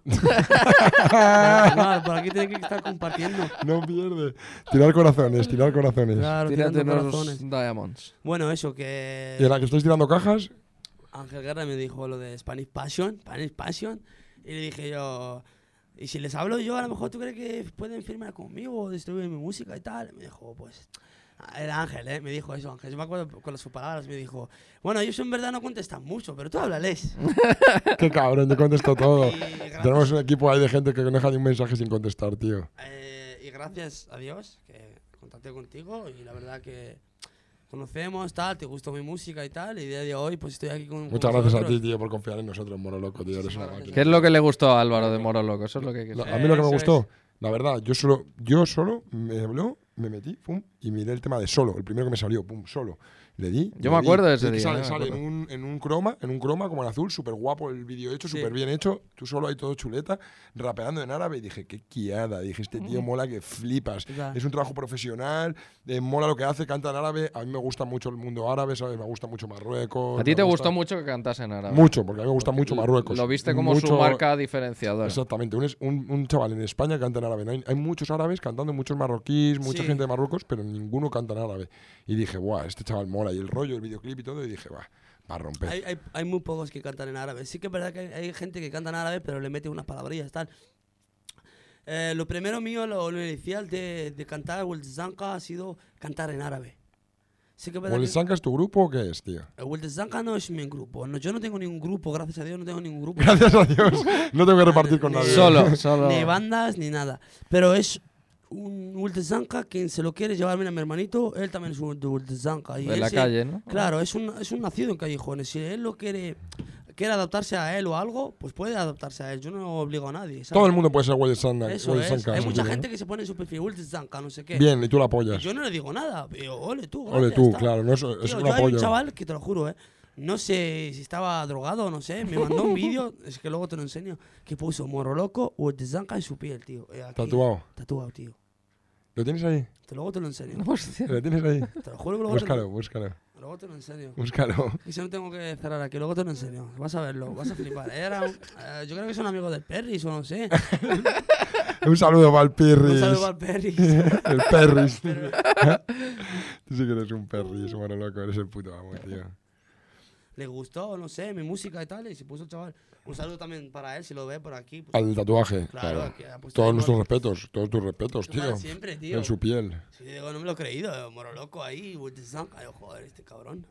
Claro, por aquí tiene que estar compartiendo. No pierde. Tirar corazones, tirar corazones. Claro, Tírate tirando unos corazones. diamonds. Bueno, eso Y en que la que estáis tirando cajas, Ángel Guerra me dijo lo de Spanish Passion, Spanish Passion, y le dije yo, y si les hablo yo, a lo mejor tú crees que pueden firmar conmigo, distribuir mi música y tal. Me dijo, pues, era Ángel, ¿eh? Me dijo eso, Ángel. Yo me acuerdo con sus palabras, me dijo, bueno, ellos en verdad no contestan mucho, pero tú háblales. qué cabrón, te contesto todo. Y gracias. Tenemos un equipo ahí de gente que no deja ni un mensaje sin contestar, tío. Eh, y gracias a Dios que contacté contigo y la verdad que conocemos, tal, te gustó mi música y tal, y día de hoy pues estoy aquí con Muchas con gracias a vosotros. ti, tío, por confiar en nosotros, Moro Loco, tío. Eres una máquina. ¿Qué es lo que le gustó a Álvaro de Moro Loco? Eso es lo que hay que La- saber. a mí lo que me Eso gustó, es. la verdad, yo solo, yo solo me habló, me metí, pum, y miré el tema de solo, el primero que me salió, pum, solo. Le di. Yo le me di, acuerdo de ese y día, Sale, yo me sale en, acuerdo. un, en un croma, en un croma como en azul, súper guapo el vídeo hecho, Sí. súper bien hecho, tú solo ahí todo chuleta, rapeando en árabe, y dije, qué quiada, dije, este tío Mm. mola que flipas. Ya. Es un trabajo profesional, eh, mola lo que hace, canta en árabe, a mí me gusta mucho el mundo árabe, ¿sabes? Me gusta mucho Marruecos. A ti me te gusta- gustó mucho que cantase en árabe. Mucho, porque a mí me gusta mucho Marruecos. Lo viste como su Mucho- marca diferenciadora. Exactamente, un, es- un- un chaval en España canta en árabe. No Hay, hay muchos árabes cantando, muchos marroquíes, mucha Sí. gente de Marruecos, pero ninguno canta en árabe. Y dije, guau, este chaval mola. Y el rollo, el videoclip y todo, y dije, va, va a romper. Hay, hay- hay muy pocos que cantan en árabe. Sí que es verdad que hay, hay gente que canta en árabe, pero le mete unas palabrillas, tal. Eh, lo primero mío, lo, lo inicial de, de cantar Wild Zanka ha sido cantar en árabe. Sí que es verdad que- ¿Wolzanka es tu grupo o qué es, tío? Eh, Wild Zanka no es mi grupo. No, yo no tengo ningún grupo, gracias a Dios, no tengo ningún grupo. Gracias a Dios, no tengo que repartir con nadie. Solo, solo. ni bandas ni nada. Pero es un Ultezanka, quien se lo quiere llevar, mira, mi hermanito, él también es un Ultezanka. De la calle, ¿no? Claro, es un, es un nacido en callejones. Si él lo quiere, quiere adaptarse a él o algo, pues puede adaptarse a él. Yo no obligo a nadie. ¿sabes? Todo el mundo puede ser Wolzanka. Eso es. Wolzanka, Hay ¿no? mucha gente que se pone en su perfil Ultezanka, no sé qué. Bien, y tú la Y apoyas. yo no le digo nada. Yo, ole tú, Ole gracias, tú, tal. claro, no es, es Tío, un yo hay un apoyo. chaval que te lo juro, eh. No sé si estaba drogado o no sé, me mandó un vídeo, es que luego te lo enseño, que puso Moro Loco o el en su piel, tío. eh, aquí. Tatuado. Tatuado, tío. ¿Lo tienes ahí? Te, luego te lo enseño. Hostia. ¿Lo tienes ahí? Te lo juro que luego, te, Búscalo, búscalo, luego te lo enseño. búscalo. Y si no tengo que cerrar aquí, luego te lo enseño. Vas a verlo, vas a flipar. Era un- eh, yo creo que son amigos del Perris o no sé. Un saludo para el Un Pirris. saludo al Perris. El perris. Tú sí que eres un perris, mano loco. Eres el puto amo, tío. Le gustó, no sé, mi música y tal, y se puso el chaval. Un saludo también para él, si lo ve por aquí. pues, Al tatuaje. claro, Claro. aquí ha puesto Todos el nuestros Moro- respetos, todos tus respetos, tío. Para siempre, tío. En su piel. Sí, digo, no me lo he creído, eh, moro loco ahí, Ultezanka. Yo, joder, este cabrón.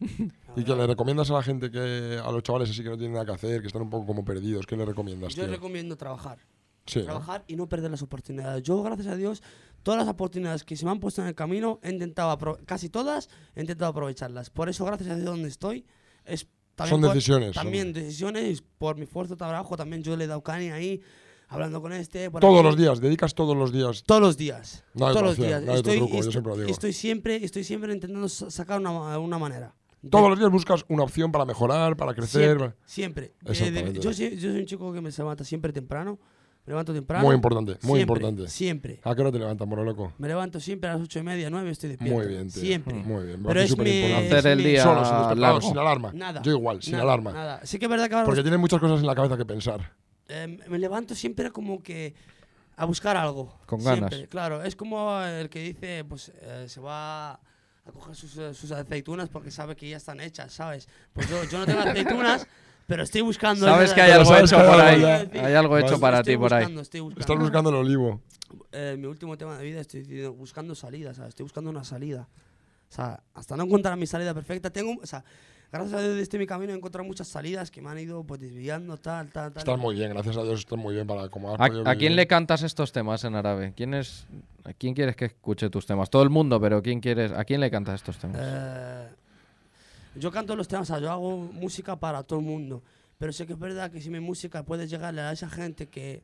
¿Y qué le recomiendas a la gente que, a los chavales así que no tienen nada que hacer, que están un poco como perdidos? ¿Qué le recomiendas, Yo tío? recomiendo trabajar. Sí, ¿no? Trabajar y no perder las oportunidades. Yo, gracias a Dios, todas las oportunidades que se me han puesto en el camino, he intentado apro- casi todas, he intentado aprovecharlas. Por eso, gracias a Dios, donde estoy, es también Son por- decisiones, son- También decisiones, por mi esfuerzo de trabajo, también yo le he dado cani ahí, hablando con este. por Todos aquí. los días, dedicas todos los días. Todos los días. No hay todos los opción, días. no hay otro estoy, truco, yo estoy- siempre lo digo. estoy siempre, estoy siempre intentando sa- sacar una, una manera. Todos los días buscas una opción para mejorar, para crecer. Siempre. siempre. Eh, De- de- Exactamente. yo, sí- yo soy un chico que me se levanta siempre temprano. Me levanto temprano. Muy importante, muy Siempre, importante. Siempre. ¿A qué hora te levantas, moro loco? Me levanto siempre a las ocho y media, nueve, estoy despierto. Muy bien, tío. Siempre. Muy bien, Pero parece es mi, superimportante. Hacer es el mi- día. Solo, sin despertador, largo. sin alarma. Nada. Yo igual, sin nada, alarma. Nada. Sí que es verdad que ahora Porque tienes muchas cosas en la cabeza que pensar. eh, me levanto siempre como que a buscar algo. Con Siempre, ganas. Claro, es como el que dice, pues eh, se va a coger sus, eh, sus aceitunas porque sabe que ya están hechas, ¿sabes? Pues yo, yo no tengo aceitunas, pero estoy buscando. Sabes esas- que hay Pero algo sabes hecho que hay por ahí. algo ya. Hay algo hecho Vale. para Estoy ti por ahí. buscando, estoy buscando. Estás buscando el olivo. Eh, mi último tema de vida, estoy di- buscando salida, ¿sabes? Estoy buscando una salida. O sea, hasta no encontrar mi salida perfecta, tengo, o sea, gracias a Dios desde mi camino he encontrado muchas salidas que me han ido pues desviando, tal, tal, tal. Estás muy bien, gracias a Dios estás muy bien para como has podido ¿A, a vivir. quién le cantas estos temas en árabe? ¿Quién es, ¿A quién quieres que escuche tus temas? Todo el mundo, pero ¿quién quieres, ¿a quién le cantas estos temas? Eh, yo canto los temas, o sea, yo hago música para todo el mundo. Pero sé que es verdad que si mi música puede llegarle a esa gente que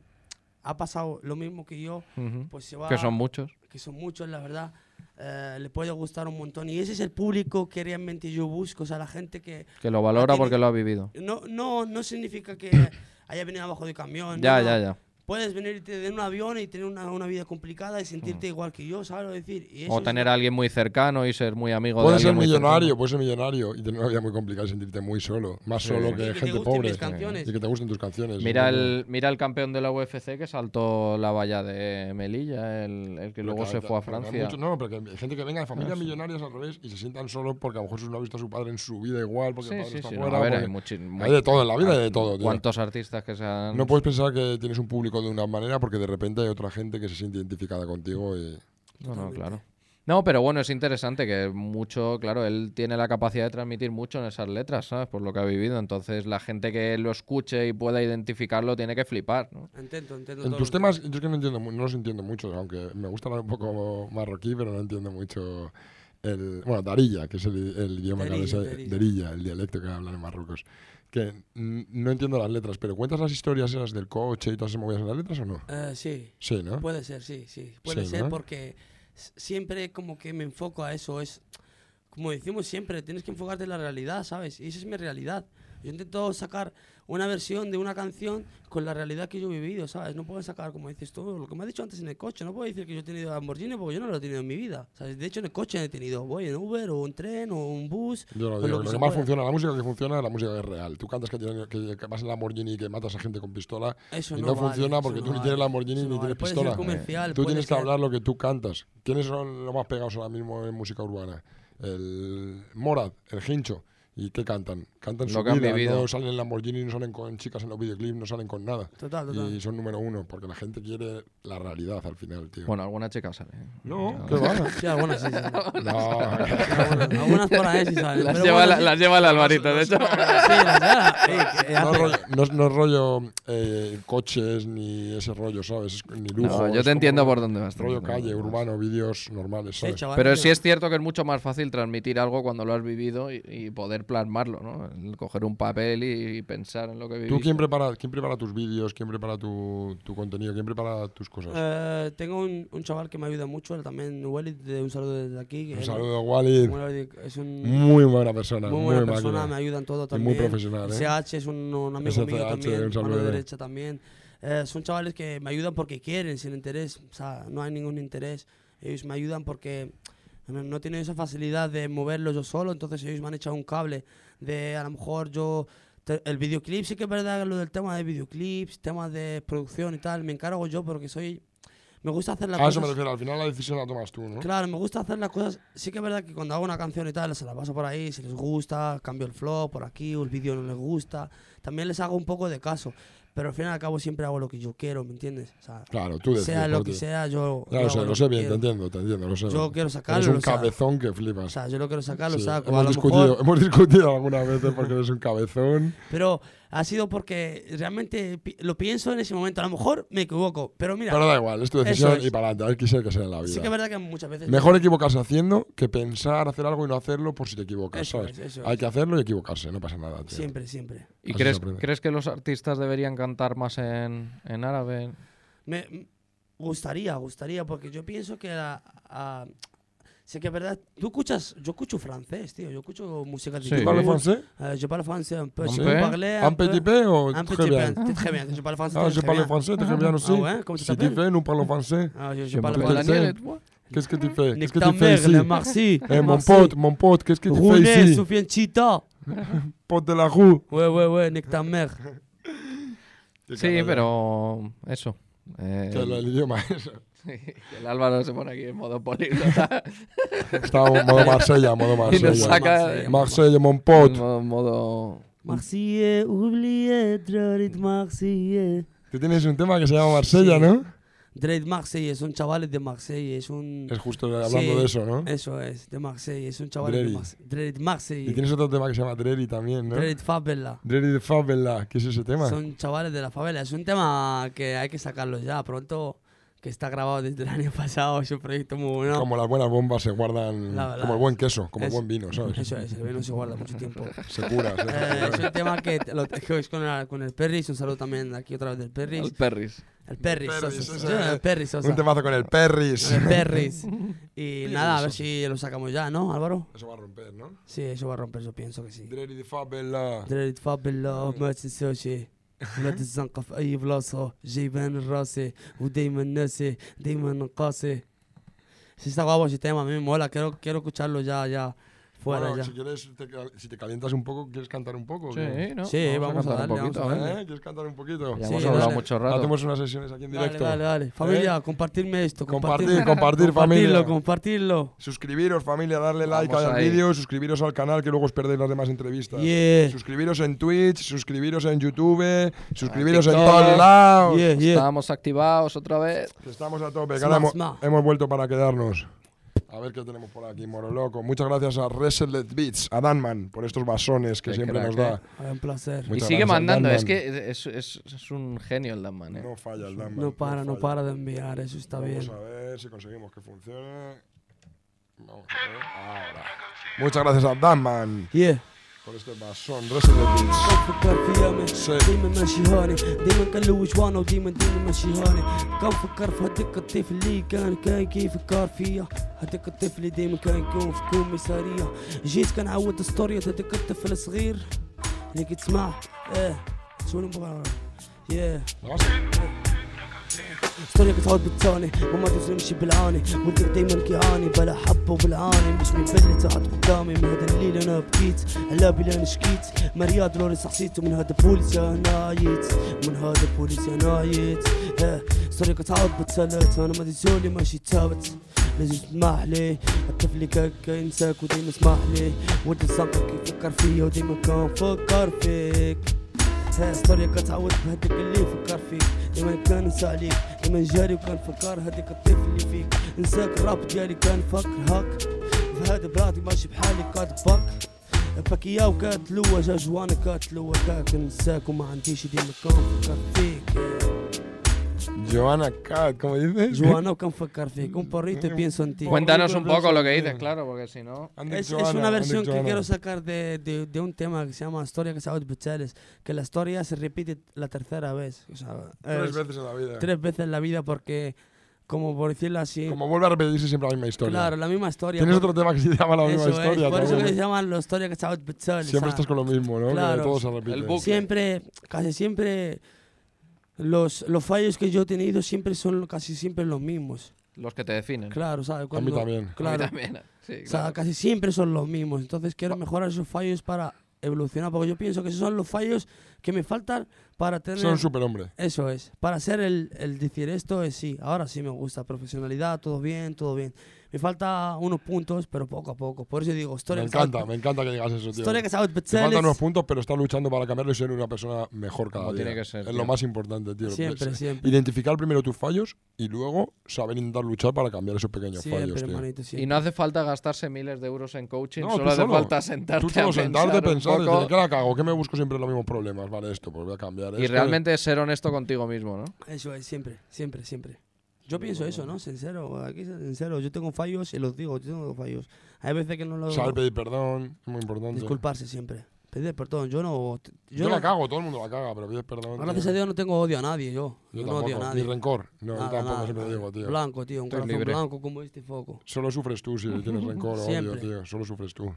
ha pasado lo mismo que yo, Ujú. pues se va Que son muchos. que son muchos, la verdad, eh, le puede gustar un montón. Y ese es el público que realmente yo busco, o sea, la gente que... Que lo valora tiene- porque lo ha vivido. No, no, no significa que haya venido abajo de camión. Ya, no. ya, ya. Puedes venirte en un avión y tener una, una vida complicada y sentirte igual que yo, ¿sabes lo que decir? Y eso O es- tener a alguien muy cercano y ser muy amigo de Puedes ser alguien muy millonario, cercano. puedes ser millonario y tener una vida muy complicada y sentirte muy solo. Más Sí, solo sí. que Y que te gente gusten pobre. mis canciones. Y que te gusten tus canciones. Mira el, mira el campeón de la UFC que saltó la valla de Melilla, el, el que luego se fue a Porque hay Francia. mucho- no, pero que hay gente que venga de familias millonarias al revés y se sientan solos porque a lo mejor no ha visto a su padre en su vida igual, porque el Sí, padre sí, está sí. no, fuera. a ver, hay porque- muchi- mu- hay de todo en la vida, hay de todo. tío. ¿Cuántos artistas que se han...? No puedes pensar que tienes un público de una manera porque de repente hay otra gente que se siente identificada contigo y... No, no, claro. No, pero bueno, es interesante que mucho, claro, él tiene la capacidad de transmitir mucho en esas letras, ¿sabes? Por lo que ha vivido. Entonces, la gente que lo escuche y pueda identificarlo tiene que flipar, ¿no? Intento, intento. En todo tus lo que- temas, yo es que no entiendo, mu- no los entiendo mucho, aunque me gusta hablar un poco marroquí, pero no entiendo mucho el... Bueno, darilla, que es el, el idioma que Darija, hablas, eh, Darija. darilla, el dialecto que hablan en Marruecos. Que mm, no entiendo las letras, pero ¿cuentas las historias esas del coche y todas esas movidas en las letras o no? Eh, sí, Sí, ¿no? puede ser, sí, sí. Puede Sí, ser ¿no? porque s- siempre como que me enfoco a eso. Es como decimos siempre, tienes que enfocarte en la realidad, ¿sabes? Y esa es mi realidad. Yo intento sacar una versión de una canción con la realidad que yo he vivido, ¿sabes? No puedo sacar, como dices tú, lo que me has dicho antes en el coche. No puedo decir que yo he tenido Lamborghini porque yo no lo he tenido en mi vida, ¿sabes? De hecho, en el coche he tenido, voy en Uber o un tren o un bus. Yo lo o digo, lo que, se más pueda. funciona, la música que funciona es la música que es real. Tú cantas que, tiene- que- que vas en Lamborghini y que matas a gente con pistola Eso y no no, vale, funciona eso porque no tú ni vale, tienes Lamborghini eso no ni vale. tienes Puede ser pistola. comercial, tú puede tienes que ser- hablar lo que tú cantas. ¿Quiénes son los más pegados ahora mismo en música urbana? El Morad, el Hincho. ¿Y qué cantan? Cantan Lo su que han vida, vivido. no salen en Lamborghini, no salen con chicas en los videoclips, no salen con nada. Total, total. Y son número uno, porque la gente quiere la realidad al final, tío. Bueno, alguna chica sale. ¿eh? no, qué va. Sí, algunas sí, sí. No, Algunas, algunas por ahí sí salen. Las pero lleva, bueno, la- sí- las lleva el Alvarito, de hecho. Sí, las lleva. Sí, que no hace- rollo, no es- no es rollo, eh, coches ni ese rollo, ¿sabes? Es- ni No, lujo. yo es te entiendo como por dónde vas. te Rollo entiendo por calle, dónde vas. urbano, vídeos normales, Sí, ¿sabes? chaval, Pero tío. sí es cierto que es mucho más fácil transmitir algo cuando lo has vivido y, y poder plasmarlo, ¿no? El coger un papel y, y pensar en lo que viviste. ¿Tú quién prepara, quién prepara tus vídeos? ¿Quién prepara tu, tu contenido? ¿Quién prepara tus cosas? Eh, tengo un, un chaval que me ayuda mucho, él también Walid, de un saludo desde aquí. que Un él- saludo, Walid. Walid es un Muy buena persona. muy buena persona, me máquina. ayuda en todo Y también. muy profesional, El ¿eh? CH es un, un amigo SCH, mío también, un saludo. mano derecha también. Eh, son chavales que me ayudan porque quieren, sin interés, o sea, no hay ningún interés. Ellos me ayudan porque no, no tienen esa facilidad de moverlo yo solo, entonces ellos me han echado un cable de a lo mejor yo... te- El videoclip sí que es verdad lo del tema de videoclips, temas de producción y tal, me encargo yo porque soy... Me gusta hacer la A eso me refiero, al final la decisión la tomas tú, ¿no? Claro, me gusta hacer las cosas. Sí que es verdad que cuando hago una canción y tal, se la paso por ahí, si les gusta, cambio el flow por aquí, o el vídeo no les gusta. También les hago un poco de caso, pero al fin y al cabo siempre hago lo que yo quiero, ¿me entiendes? O sea, Claro, tú decides. sea lo por que ti. sea, yo. Ya yo lo hago sé, lo que sé bien, te quiero. entiendo, te entiendo, lo sé. Yo quiero sacarlo. Eres un o sea, cabezón que O flipas. sea, yo lo quiero sacar, lo Sí, saco. a hemos, lo discutido, mejor, hemos discutido algunas veces porque eres un cabezón. pero ha sido porque realmente pi- lo pienso en ese momento. A lo mejor me equivoco, pero mira, Pero da igual, es tu decisión es. y para adelante, hay que ser que sea en la vida. sí que es verdad que muchas veces. Mejor equivocarse haciendo que pensar hacer algo y no hacerlo por si te equivocas, Eso ¿sabes? es, eso Hay es. que hacerlo y equivocarse, no pasa nada, tío. Siempre, siempre. Así ¿Y se crees, aprende. crees que los artistas deberían cantar más en, en árabe? Me m- gustaría, gustaría, porque yo pienso que la- a- sé que es verdad. Tú escuchas, yo escucho francés, tío. Yo escucho música de Sí. ¿Tu Tu parles parles français Euh, je parle français un peu. Un je peu. peux parler un, Un petit peu ou Un très petit bien peu. Très bien. Je parle français. Ah, très, je très parle bien. français, très bien aussi. Ah ouais, comment tu Si tu t'appelles fais, nous parlons français. Ah, je, je Je parle m'appelle français. Daniel Edouard. Qu'est-ce que tu fais Qu'est-ce Nique que ta tu fais mère, ici le Marcy. Eh, mon Marcy. pote, mon pote, qu'est-ce que tu fais Rounet, ici Sofiane Chita. Pote de la rue. Ouais, ouais, ouais, nique ta mère. Sí, pero eso. eh, Que El, el idioma es. el Álvaro se pone aquí en modo políglota. Está en modo Marsella, modo y nos Marsella. saca Marsella. Marsella, mon en pote. modo, modo- Marseillais, oublié, Dread Marseillais. Tú tienes un tema que se llama Marsella, Sí. ¿no? Dread Marseillais, son chavales de Marseille. Es un. Es justo hablando Sí. de eso, ¿no? Eso es, de Marseille, es un chaval Dreri. de Marseille. Dread Marseille, Y tienes otro tema que se llama Dreri también, ¿no? Dread Favela. Dreri de Favela, ¿qué es ese tema? Son chavales de la favela, es un tema que hay que sacarlo ya, pronto que está grabado desde el año pasado, es un proyecto muy bueno. Como las buenas bombas se guardan, La- la- como el buen queso, como el es- buen vino, ¿sabes? Eso es, el vino se guarda mucho tiempo. Se cura. se- Eh, es un tema que te- lo que es con, la- con el Perris, un saludo también aquí otra vez del Perris. El Perris. El Perris, Perris, Sosa, ese- yo, el Perris, Sosa. Un temazo con el Perris. El Perris. Y nada, a ver Sosa. si lo sacamos ya, ¿no, Álvaro? Eso va a romper, ¿no? Sí, eso va a romper, yo pienso que sí. Dready de Fabela. دريت فاب الله ما تنساوشي ولا تتزنق في اي بلاصه جايبان راسي ودايما ناسي دايما نقاسي Si está guapo ese tema, a mí me mola. Quiero, quiero escucharlo ya, ya, fuera Bueno, ya. si quieres, te cal- si te calientas un poco, ¿quieres cantar un poco? o Sí, qué? ¿no? Sí, vamos a cantar darle, un poquito, vamos a darle. ¿Eh? ¿Quieres cantar un poquito? Ya Sí, hemos hablado dale. mucho rato. Hacemos unas sesiones aquí en Dale, directo. dale, dale. Familia, compartirme esto. Compartir, Compartirme. compartir, compartirlo, familia. compartirlo. Suscribiros, familia, darle like Vamos al ahí. vídeo, suscribiros al canal que luego os perdéis las demás entrevistas. Yeah, Suscribiros en Twitch, suscribiros en YouTube, suscribiros en TikTok. todos lados. yeah, yeah. Estábamos activados otra vez. Que estamos a tope, que Smash, ahora hemos, smash. hemos vuelto para quedarnos. A ver qué tenemos por aquí, Moro Loco. Muchas gracias a Resetless Beats, a Danman, por estos basones que Qué siempre crack, nos da. Ay, Un placer. Muchas y sigue gracias, mandando, Dan es Man. que es, es- es un genio el Danman, ¿eh? No falla el Danman. No para, no falla. para de enviar, eso está Vamos bien. a ver si conseguimos que funcione. Vamos a ver. Ahora. Muchas gracias a Danman Yeah. por este basón. Resetless Beats. فكر فيها من Sí. دايما ماشي هاني دايما كنلوج وانا ودايما دايما ماشي هاني كنفكر في هداك الطفل اللي كان كان كيفكر فيا هداك الطفل اللي دايما كان يكون في كون مسارية جيت كنعاود ستورية هداك الطفل الصغير اللي كتسمع اه شنو إيه. نبغى ياه ستوري كتعود بالتاني وما تظلمش بالعاني ولدك دايما كيعاني بلا حب وبالعاني مش مبلي تحت قدامي من هذا الليل انا بكيت على بلا انا شكيت ماريا دولوريس حسيت من هذا بوليس انا عيت من هذا بوليس انا عيت اه ستوري كتعود بالثلاث انا ما ديزولي ماشي ثابت لازم تسمح لي الطفل اللي كان كينساك وديما اسمح لي ولد الزنقة كيفكر فيا وديما كنفكر فيك ستوري كتعوض بهداك اللي فكر فيك ديما كننسى عليك ديما نجري وكنفكر هذاك الطفل اللي فيك نساك الراب ديالي كان هاك فهذا بلادي ماشي بحالي كاتباك باكيا وكاتلوج اجوانا كاتلوج كنساك وما عنديش ديما كنفكر فيك Joana Cat, ¿cómo dices? جوانا وكنفكر فيك un porrito pienso en ti Cuéntanos un Bueno, poco lo que sí. dices, claro, porque si no. Han Es, dicho es Ana, una han versión dicho que Ana. quiero sacar de, de, de un tema que se llama Historia que se llama Buchales, que la historia se repite la tercera vez. o sea, Tres es- veces en la vida. tres veces en la vida porque, como por decirlo así, Como vuelve a repetirse siempre la misma historia. claro, la misma historia. Tienes por- otro tema que se llama la misma eso es, historia. por eso que también. se llaman los historias que se llaman Buchales, Siempre o sea, estás con lo mismo, ¿no? Claro. Que todo se repite. El bucle. siempre, casi siempre, los, los fallos que yo he tenido siempre son casi siempre los mismos. Los que te definen. Claro, ¿sabes? A mí Cuando- también. A mí Claro. también. ¿eh? Sí, O sea, claro. casi siempre son los mismos. Entonces quiero mejorar esos fallos para evolucionar, porque yo pienso que esos son los fallos que me faltan para tener... Son un superhombre. Eso es. Para ser el, el decir esto es sí. Ahora sí me gusta. Profesionalidad, todo bien, todo bien. Me falta unos puntos, pero poco a poco. Por eso digo, Me historia que encanta, me encanta que digas eso, tío. Historia que sabe Te faltan unos Betzeles. puntos, pero estás luchando para cambiarlo y ser una persona mejor cada Como día. tiene que ser, es lo tío. más importante, tío. Siempre, Es- siempre. Identificar primero tus fallos y luego saber intentar luchar para cambiar esos pequeños Siempre, fallos, tío. hermanito, Y siempre. no hace falta gastarse miles de euros en coaching, No, tú solo hace solo. falta sentarte Tú solo a sentarte, pensar, pensar un y poco decir, ¿qué la cago? ¿Qué me busco siempre los mismos problemas? Vale, esto, pues voy a cambiar y esto. realmente ser honesto contigo mismo, ¿no? Eso es, siempre, siempre, siempre. Yo pienso eso, ¿no? Sincero, aquí es sincero. Yo tengo fallos y los digo, yo tengo fallos. Hay veces que no lo... Saber pedir perdón, es muy importante. Disculparse siempre. Pedir perdón, yo no... Yo, no- la cago, todo el mundo la caga, pero pides perdón. Gracias tío. a Dios no tengo odio a nadie, yo. Yo Yo no tampoco, odio a ni nadie. rencor. No, yo Nada, tampoco, nada, siempre nada. digo, tío. Blanco, tío, un Estoy corazón libre. blanco como este foco. Solo sufres tú si tienes rencor o odio, Siempre. tío. Solo sufres tú.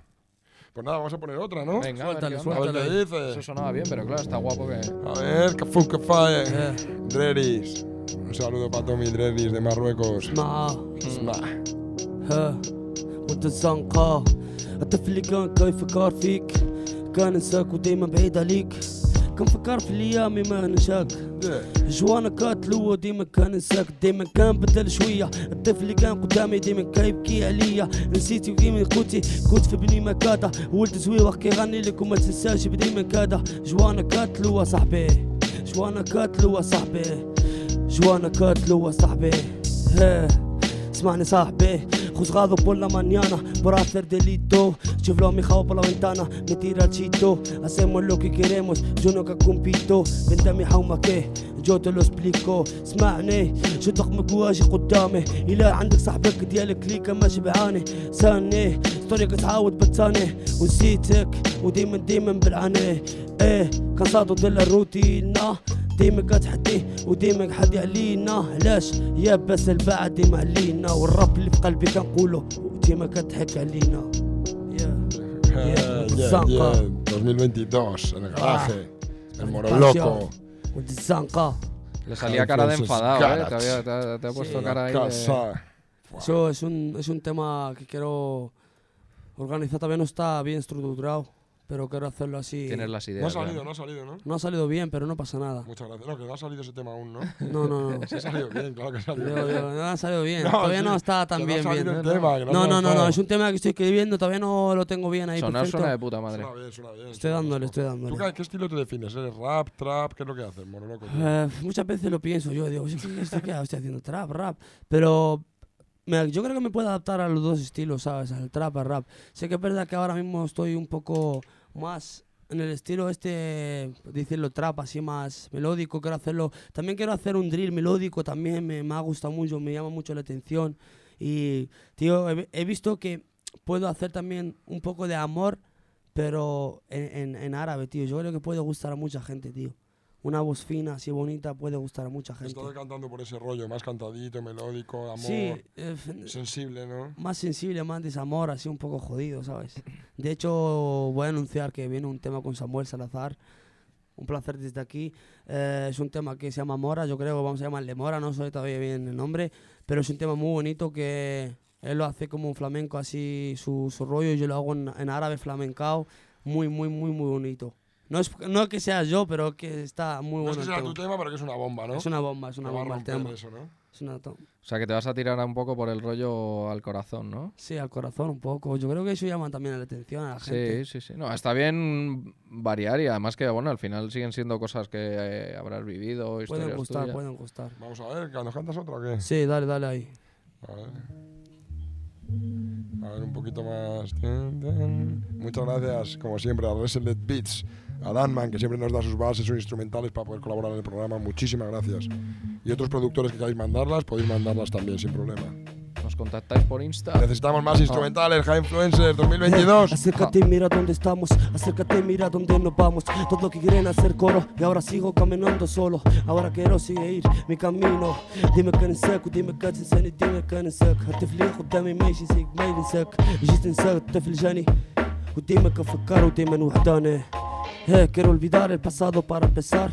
Pues nada, vamos a poner otra, ¿no? Venga, a ver Suéltale, qué onda. a ver suéltale. qué Eso dices. sonaba bien, pero claro, está guapo que. A ver, que fu- que fae. Eh, Dreris. Un saludo para Tommy Dreris de Marruecos. ma. eh, Nah. ها وتتزنقى الطفل اللي كان كيفكر فيك كان نساك ودايما بعيد عليك كنفكر في الايام ما نشاك Yeah. جوانا كاتلو ديما كان نساك ديما كان بدل شوية الطفل اللي كان قدامي ديما كيبكي عليا نسيتي وديما كنتي كنت في بني مكادا ولد زويوة كيغني لك وما تنساش بدي مكادا جوانا كاتلو صاحبي جوانا كاتلو صاحبي جوانا كاتلو صاحبي ها اسمعني صاحبي juzgado por la mañana por hacer delito. Chiflo a mi jabo por la ventana, me tira el chito. Hacemos lo que queremos, yo nunca compito. Vente a mi jauma que جو te lo explico اسمعني شو تخمك واجي قدامي الى عندك صاحبك ديالك ليكا ماشي بعاني ساني طريقك تعاود بتاني ونسيتك وديما ديما بلعاني ايه كان صادو ديال الروتينا ديما كتحدي وديما كحدي علينا علاش يا بس الباع ديما علينا والراب اللي في قلبي كنقولو ديما كتضحك علينا يا Ah, Yeah, Ah. yeah, Zanka. yeah. 2022, en el garaje. el moro loco. والزنقه Le salía cara de Entonces, enfadado, ¿eh? cara, Te, había- te- te ha puesto Sí. cara ahí. de- Casa. Eso es un, es un tema que quiero organizar. Todavía no está bien estructurado, pero quiero hacerlo así. Tienes las ideas. No ha salido, claro. no ha salido, ¿no? No ha salido bien, pero no pasa nada. Muchas gracias. No, que no ha salido ese tema aún, ¿no? No, no, no. Sí ha salido bien, claro que ha salido. Digo, bien. digo, no ha salido bien. No, todavía sí, no está Que tan no ha bien. salido bien. ¿eh? el tema, que No, no, no, no, está. es un tema que estoy escribiendo, todavía no lo tengo bien ahí. Sonar perfecto. suena de puta madre. Suena bien, suena bien. Estoy suena dándole, bien. estoy ¿Tú dándole. qué, qué estilo te defines? ¿Eres rap, trap? ¿Qué es lo que haces, moro loco? Eh, muchas veces lo pienso yo, digo, "Sí, ¿qué, esto qué hago? estoy haciendo? Trap, rap. Pero me- yo creo que me puedo adaptar a los dos estilos, ¿sabes? Al trap, al rap. Sé que es verdad que ahora mismo estoy un poco más en el estilo este, decirlo trap, así más melódico, quiero hacerlo. También quiero hacer un drill melódico, también me, me ha gustado mucho, me llama mucho la atención. Y, tío, he, he visto que puedo hacer también un poco de amor, pero en, en- en árabe, tío. Yo creo que puede gustar a mucha gente, tío. Una voz fina, así bonita, puede gustar a mucha gente. Estás cantando por ese rollo, más cantadito, melódico, amor, Sí, eh, sensible, ¿no? más sensible, más desamor, así un poco jodido, ¿sabes? De hecho, voy a anunciar que viene un tema con Samuel Salazar. Un placer desde aquí. Eh, es un tema que se llama Mora, yo creo que vamos a llamarle Mora, no sé todavía bien el nombre, pero es un tema muy bonito que él lo hace como un flamenco así, su, su rollo, yo lo hago en, en árabe flamencao, muy, muy, muy, muy bonito. No es, no es que sea yo, pero que está muy No es bueno que el sea tema. tu tema, pero que es una bomba, ¿no? Es una bomba, es una Te va a bomba el romper tema. eso, ¿no? Es una to- O sea, que te vas a tirar un poco por el rollo al corazón, ¿no? Sí, al corazón un poco. Yo creo que eso llama también la atención a la gente. Sí, sí, sí. No, está bien variar y además que, bueno, al final siguen siendo cosas que eh, habrás vivido, historias Pueden gustar, tuyas. pueden gustar. Vamos a ver, ¿nos cantas otra o qué? Sí, dale, dale ahí. A ver. A ver, un poquito más. Tin, tin. Muchas gracias, como siempre, a Reselet Beats, a Danman, que siempre nos da sus bases, sus instrumentales para poder colaborar en el programa. Muchísimas gracias. Y otros productores que queráis mandarlas, podéis mandarlas también, sin problema. Nos contactáis por Insta. Necesitamos más instrumentales, High Influencer 2022. Acércate y mira dónde estamos. Acércate y mira dónde nos vamos. Todo lo que quieren hacer coro. Y ahora sigo caminando solo. Ahora quiero seguir mi camino. Dime que ننساك وديما كتنساني ديما كننساك الطفل اللي قدامي ماشي سيك ما ينساك جيت ننساك الطفل جاني وديما كنفكر وديما وحداني ها quiero olvidar el pasado para empezar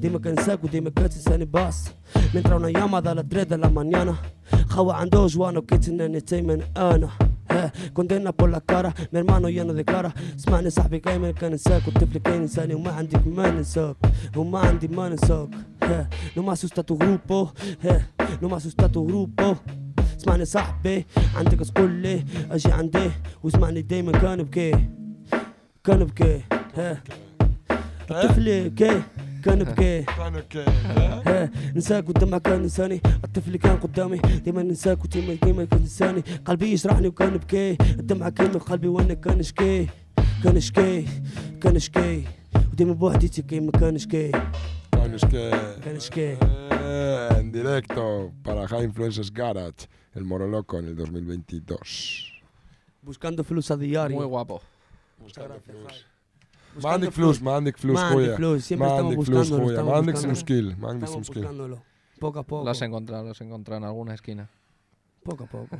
Dime que enseco, dime que te sani bas Mientras una llamada a las 3 de la mañana Jawa ando جوانو كي تناني تيمن انا ها كوندينا بول لا كارا مي hermano يانا ذا كارا سمعني صاحبي كايمن كان نساك والطفل كاين انساني وما عندك ما ننساك وما عندي ما ننساك ها نو ما سوستا تو جروبو ها نو ما سوستا تو جروبو اسمعني صاحبي عندك تقول لي اجي عندي واسمعني دايما كان بكي كان بكي ها الطفل كي كان بكي ها نساك والدمع كان نساني الطفل كان قدامي ديما ننساك وديما ديما كنت نساني قلبي يجرحني وكان بكي الدمعة كان من قلبي وانا كان شكي كان شكي كان شكي وديما بوحديتي كيما كان شكي Tienes que- Tienes que- Eh, En directo para High Influencers Garage, el Moroloco en el 2022. buscando فلوس a diario Muy guapo. Mandik Flus, Mandik Flus, Mandik Julia. Flus, siempre estamos Mandik Flus, buscándolo, Julia. estamos Mandik buscándolo. Simskill, Mandik estamos Simskill. buscándolo poco a poco Los he encontrado, los he encontrado en alguna esquina. poco a poco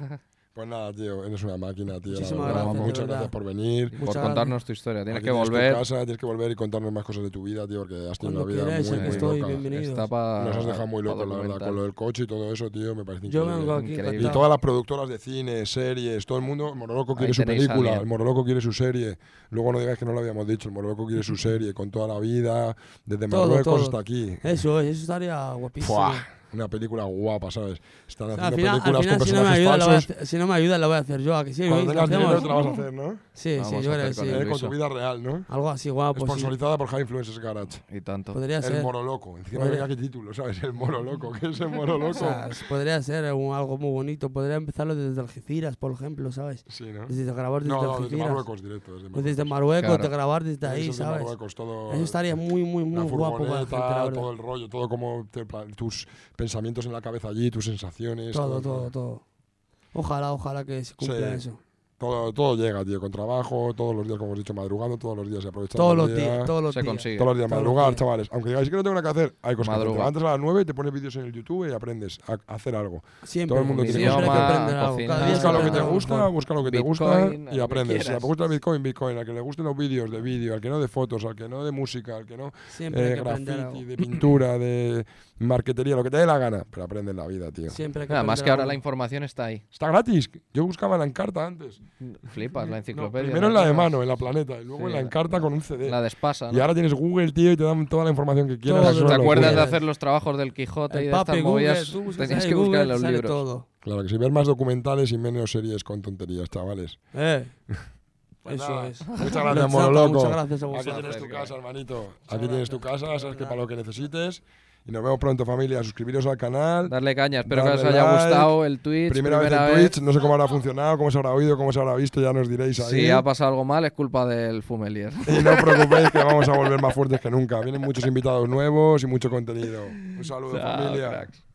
Pues nada, tío, eres una máquina, tío. la Muchísimas verdad. gracias, Muchas de verdad. gracias por venir. Por gracias. contarnos tu historia. Tienes Aquí que tu volver. casa, tienes que volver y contarnos más cosas de tu vida, tío, porque has tenido Cuando una vida quieras, muy, aquí muy estoy, loca. bienvenido. Está Nos pa- Nos has dejado muy pa locos, la verdad, documentar. con lo del coche y todo eso, tío, me parece Yo increíble. vengo aquí Y Increíble. Claro. encantado. todas las productoras de cine, series, todo el mundo, el Moroloco quiere Ahí su tenéis a película, alguien. el Moroloco quiere su serie. Luego no digáis que no lo habíamos dicho, el Moroloco quiere su serie con toda la vida, desde Todo, Marruecos todo. hasta aquí. Eso es, eso estaría guapísimo. Buah, Una película guapa, ¿sabes? Están haciendo Al final, al películas final, con si, no me personajes ayuda, la voy a falsos. hacer, si no me ayuda, la voy a hacer yo. ¿a que sí, Cuando Luis? tengas ¿Lo hacemos? dinero te la vas a hacer, ¿no? Sí, Vamos sí, a yo creo hacer que con sí. el- Eh, con Luisa. tu vida real, ¿no? Algo así guapo. sí. Sponsorizada por High Influencers Garage. Y tanto. Podría El ser. moro loco. Encima Podría- mira qué título, ¿sabes? El moro loco. ¿Qué es el moro Pues O loco? sea, podría ser un- algo muy bonito. Podría empezarlo desde Algeciras, por ejemplo, ¿sabes? Sí, ¿no? Desde grabar desde No, no, desde Algeciras. Marruecos, directo. Desde O Marruecos. desde Marruecos, Claro. Pues de grabar desde Eso ahí, desde ¿sabes? Marruecos, todo, Eso estaría muy, muy, la muy guapo para la gente, furgoneta, la verdad. todo el rollo, todo como te pla- tus pensamientos en la cabeza allí, tus sensaciones. Todo, el rollo. todo, todo. Ojalá, ojalá que se cumpla Sí. eso. Todo, todo llega, tío, con trabajo, todos los días, como hemos dicho, madrugando, todos los días y aprovechando. Todos el los día. días, todos los Se días. consigue. Todos los días, Todos los madrugar, días. chavales. Aunque digáis que no tengo nada que hacer, hay cosas que hacer. Te Madruga. levantas a las 9, te pones vídeos en el YouTube y aprendes a a hacer algo. Siempre. Todo el mundo tiene que siempre hay que aprender. aprender algo. Cocina, Cada día se Busca lo que te aprende algo gusta, mejor. busca lo que te Ah, Bitcoin, gusta lo y que aprendes. Si te quieras. gusta el Bitcoin, Bitcoin. Al que le gusten los vídeos de vídeo, al que no de fotos, al que no de música, al que no Siempre hay de que aprender algo. graffiti, de pintura, de marquetería, lo que te dé la gana. Pero aprende en la vida, tío. Siempre hay que Nada más aprender que ahora algo. la información está ahí. Está gratis. Yo buscaba la Encarta antes. Flipas, la No, enciclopedia. primero en la de flipas. mano, en la planeta, y luego Sí, en la la- Encarta con un CD. La de Espasa. Y ¿no? ahora tienes Google, tío, y te dan toda la información que quieras. Todo, es una ¿Te lo acuerdas de locura. quieres. hacer los trabajos del Quijote y de El estas papi Google, movidas? tú buscas Tenías ahí que buscar Google, en los sale libros. todo. Claro, que si ver más documentales y menos series con tonterías, chavales. Eh. Pues Eso nada, es. Muchas Chapa, gracias, Moroloco. Muchas gracias a Aquí vosotros. tienes tu Cerca. casa, hermanito. Aquí gracias. tienes tu casa, sabes que para lo que necesites. Y nos vemos pronto, familia. Suscribiros al canal. Darle caña, espero que os Darle haya like. gustado el Twitch. primera, vez en vez. Twitch. No sé cómo habrá funcionado, cómo se habrá oído, cómo se habrá visto. Ya nos diréis pues ahí. Si ha pasado algo mal, es culpa del Fumelier. y no os preocupéis que vamos a volver más fuertes que nunca. Vienen muchos invitados nuevos y mucho contenido. Un saludo, Chao, familia. cracks.